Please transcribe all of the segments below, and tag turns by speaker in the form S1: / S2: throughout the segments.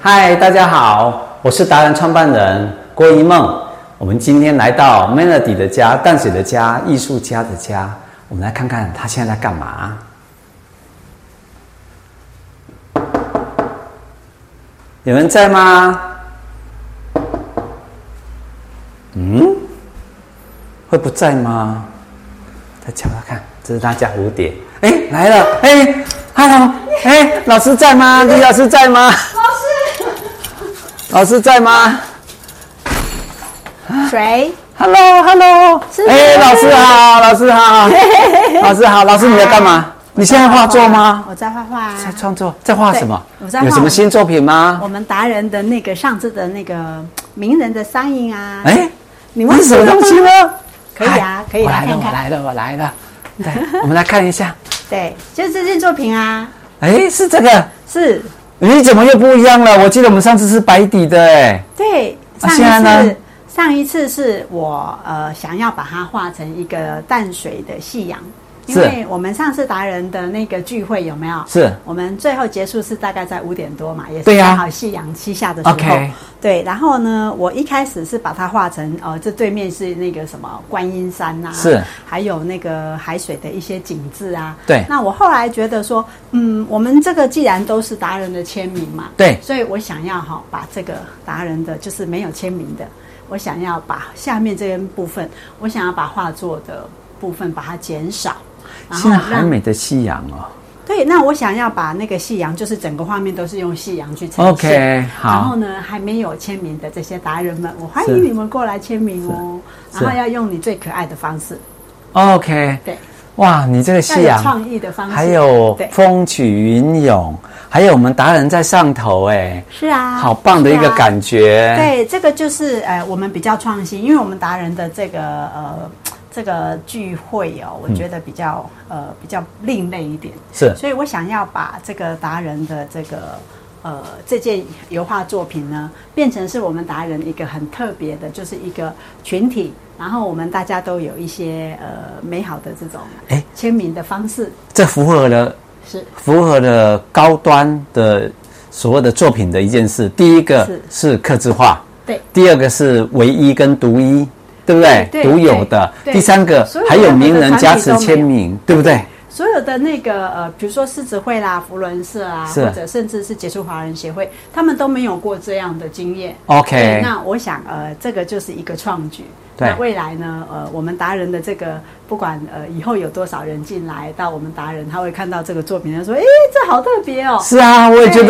S1: 嗨，大家好，我是达人创办人郭一梦。我们今天来到 Melody 的家、淡水的家、艺术家的家，我们来看看他现在在干嘛。有人在吗？嗯，会不在吗？再敲敲看，这是他家蝴蝶。哎，来了！哎，Hello！哎，老师在吗？李老师在吗？老师，老师在吗
S2: 谁？
S1: ？Hello，Hello！
S2: 是
S1: 哎，
S2: 谁
S1: 老师好，老师 好，老师好，老师你在干嘛？你现在画作吗？
S2: 我在画画啊。
S1: 在创作，在画什么
S2: 对我在？画
S1: 有什么新作品吗？
S2: 我们达人的那个上次的那个名人的三印啊。
S1: 哎，
S2: 你
S1: 那
S2: 问
S1: 是什么东西呢？
S2: 可以啊
S1: 嗨，
S2: 可以
S1: 我
S2: 来
S1: 来了，
S2: 看
S1: 我
S2: 看。
S1: 来了，我来了。对， 我们来看一下。
S2: 对，就是这件作品啊，
S1: 哎，是这个。
S2: 是
S1: 你怎么又不一样了？我记得我们上次是白底的哎，
S2: 对
S1: 啊
S2: 上一
S1: 现在呢
S2: 次。上一次是我呃想要把它画成一个淡水的夕阳，因
S1: 是
S2: 为我们上次达人的那个聚会有没有？
S1: 是
S2: 我们最后结束是大概在五点多嘛，也是
S1: 对呀
S2: 刚好夕阳西下的时候。
S1: OK
S2: 对，然后呢，我一开始是把它画成呃，这对面是那个什么观音山呐、啊
S1: 是
S2: 还有那个海水的一些景致啊。
S1: 对
S2: 那我后来觉得说，嗯，我们这个既然都是达人的签名嘛，
S1: 对
S2: 所以我想要哈、把这个达人的，就是没有签名的，我想要把下面这边部分，我想要把画作的部分把它减少。然
S1: 现
S2: 后
S1: 在海
S2: 让
S1: 美的夕阳哦。
S2: 对，那我想要把那个夕阳，就是整个画面都是用夕阳去呈现。
S1: OK，好
S2: 然后呢，还没有签名的这些达人们，我欢迎你们过来签名哦。
S1: 是
S2: 然后要用你最可爱的方式，
S1: 哦 OK，
S2: 对，
S1: 哇，你这个
S2: 要
S1: 夕
S2: 有
S1: 阳，
S2: 创意的方式。
S1: 啊还有
S2: 对，
S1: 风起云涌，还有我们达人在上头哎，
S2: 是啊，
S1: 好棒的一
S2: 是
S1: 个
S2: 啊
S1: 感觉。
S2: 对，这个就是呃，我们比较创新，因为我们达人的这个呃这个聚会哦，我觉得比较、呃比较另类一点，
S1: 是
S2: 所以我想要把这个达人的这个呃这件油画作品呢，变成是我们达人一个很特别的，就是一个群体。然后我们大家都有一些呃美好的这种
S1: 哎
S2: 签名的方式，
S1: 这符合了
S2: 是
S1: 符合了高端的所有的作品的一件事。第一个
S2: 是
S1: 是刻字化，
S2: 对
S1: 第二个是唯一跟独一，对不对？
S2: 对对
S1: 独有的。
S2: 对对
S1: 第三个
S2: 所有
S1: 还有名人
S2: 的
S1: 加
S2: 产品
S1: 持
S2: 都没有
S1: 签名，对不对？
S2: 所有的那个呃，比如说狮子会啦、福伦社啊，
S1: 是
S2: 或者甚至是杰出华人协会，他们都没有过这样的经验。对
S1: OK，
S2: 那我想呃，这个就是一个创举。
S1: 对
S2: 那未来呢？呃，我们达人的这个，不管呃以后有多少人进来到我们达人，他会看到这个作品，他说：“诶，这好特别哦。”
S1: 是啊，我也觉得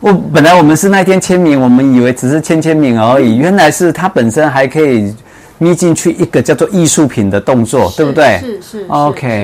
S2: 对，
S1: 我本来我们是那天签名，我们以为只是签签名而已，原来是它本身还可以眯进去一个叫做艺术品的动作，哦对不对？
S2: 是是是
S1: OK，
S2: 是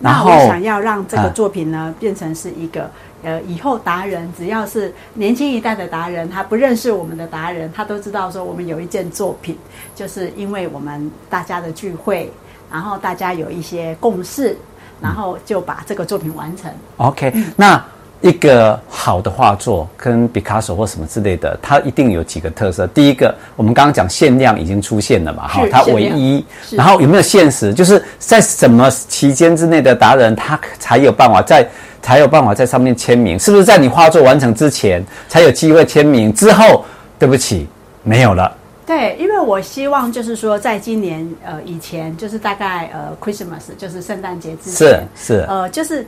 S1: 然
S2: 那
S1: 后
S2: 我想要让这个
S1: 啊
S2: 作品呢，变成是一个呃，以后达人只要是年轻一代的达人，他不认识我们的达人，他都知道说我们有一件作品，就是因为我们大家的聚会，然后大家有一些共识，然后就把这个作品完成。
S1: OK，那一个好的画作跟毕卡索或什么之类的，它一定有几个特色。第一个，我们刚刚讲限量已经出现了嘛，哈
S2: 是，
S1: 它
S2: 限
S1: 唯
S2: 量
S1: 一。
S2: 是
S1: 然后有没有限时？就是在什么期间之内的达人，他才有办法在才有办法在上面签名？是不是在你画作完成之前才有机会签名？之后，对不起，没有了。
S2: 对，因为我希望就是说，在今年呃以前，就是大概呃 Christmas，就是圣诞节之
S1: 是
S2: 前，
S1: 是
S2: 呃，就是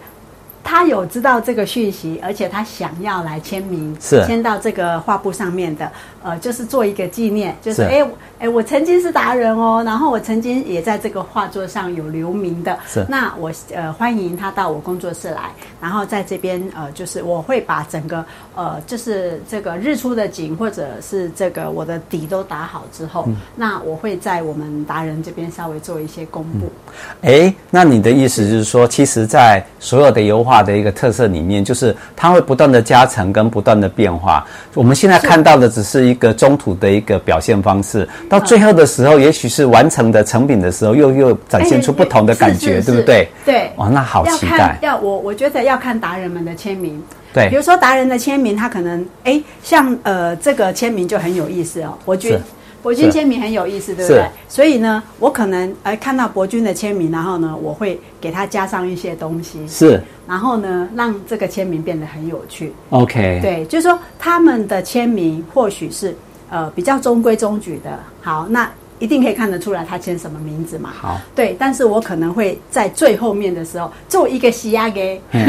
S2: 他有知道这个讯息，而且他想要来签名，
S1: 是
S2: 签到这个画布上面的，呃，就是做一个纪念，就是
S1: 是
S2: 哎哎、诶我曾经是达人哦，然后我曾经也在这个画作上有留名的，
S1: 是
S2: 那我呃欢迎他到我工作室来，然后在这边呃就是我会把整个呃就是这个日出的景或者是这个我的底都打好之后，
S1: 嗯
S2: 那我会在我们达人这边稍微做一些公布。
S1: 嗯诶，那你的意思就是说，其实，在所有的油画的一个特色里面，就是它会不断的加成跟不断的变化。我们现在看到的只是一个中途的一个表现方式，到最后的时候，也许是完成的成品的时候，又又展现出不同的感觉，
S2: 哎是是
S1: 对不对？
S2: 是对
S1: 哇，那好
S2: 要
S1: 期
S2: 看
S1: 待。
S2: 要我我觉得要看达人们的签名。
S1: 对
S2: 比如哎说达人的签名，他可能哎，像呃这个签名就很有意思哦。我觉
S1: 是
S2: 博君签名很有意思，对不对？所以呢，我可能哎看到博君的签名，然后呢，我会给他加上一些东西，
S1: 是
S2: 然后呢，让这个签名变得很有趣。
S1: OK，，
S2: 对，就是说他们的签名或许是呃比较中规中矩的，好，那一定可以看得出来他签什么名字嘛。
S1: 好。
S2: 对，但是我可能会在最后面的时候做一个洗牙给，
S1: 嗯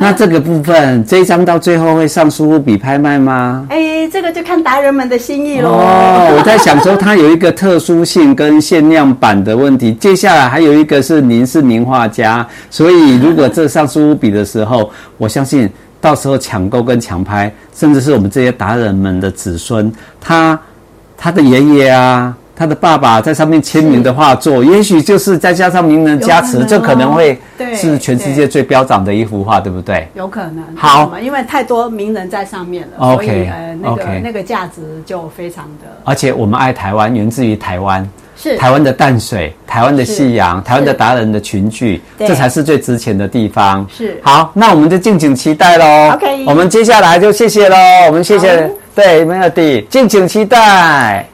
S1: 那这个部分，这一张到最后会上书屋比拍卖吗？
S2: 哎，这个就看达人们的心意喽。
S1: 哦，我在想说它有一个特殊性跟限量版的问题。接下来还有一个是您是名画家，所以如果这上书屋比的时候，我相信到时候抢购跟抢拍，甚至是我们这些达人们的子孙，他他的爷爷啊。他的爸爸在上面签名的画作，也许就是再加上您的加持，
S2: 有可能哦
S1: 这可能会
S2: 对
S1: 是全世界最标涨的一幅画，对不对？
S2: 有可能，
S1: 好
S2: 为什么因为太多名人在上面了
S1: OK，
S2: 所以呃，那个
S1: OK
S2: 那个价值就非常的
S1: 而且我们爱台湾，源自于台湾，
S2: 是
S1: 台湾的淡水、台湾的夕阳、台湾的达人的群聚，
S2: 对
S1: 这才是最值钱的地方。
S2: 是
S1: 好，那我们就敬请期待喽。
S2: OK
S1: 我们接下来就谢谢喽，我们谢谢
S2: 好
S1: 对 Melody，敬请期待。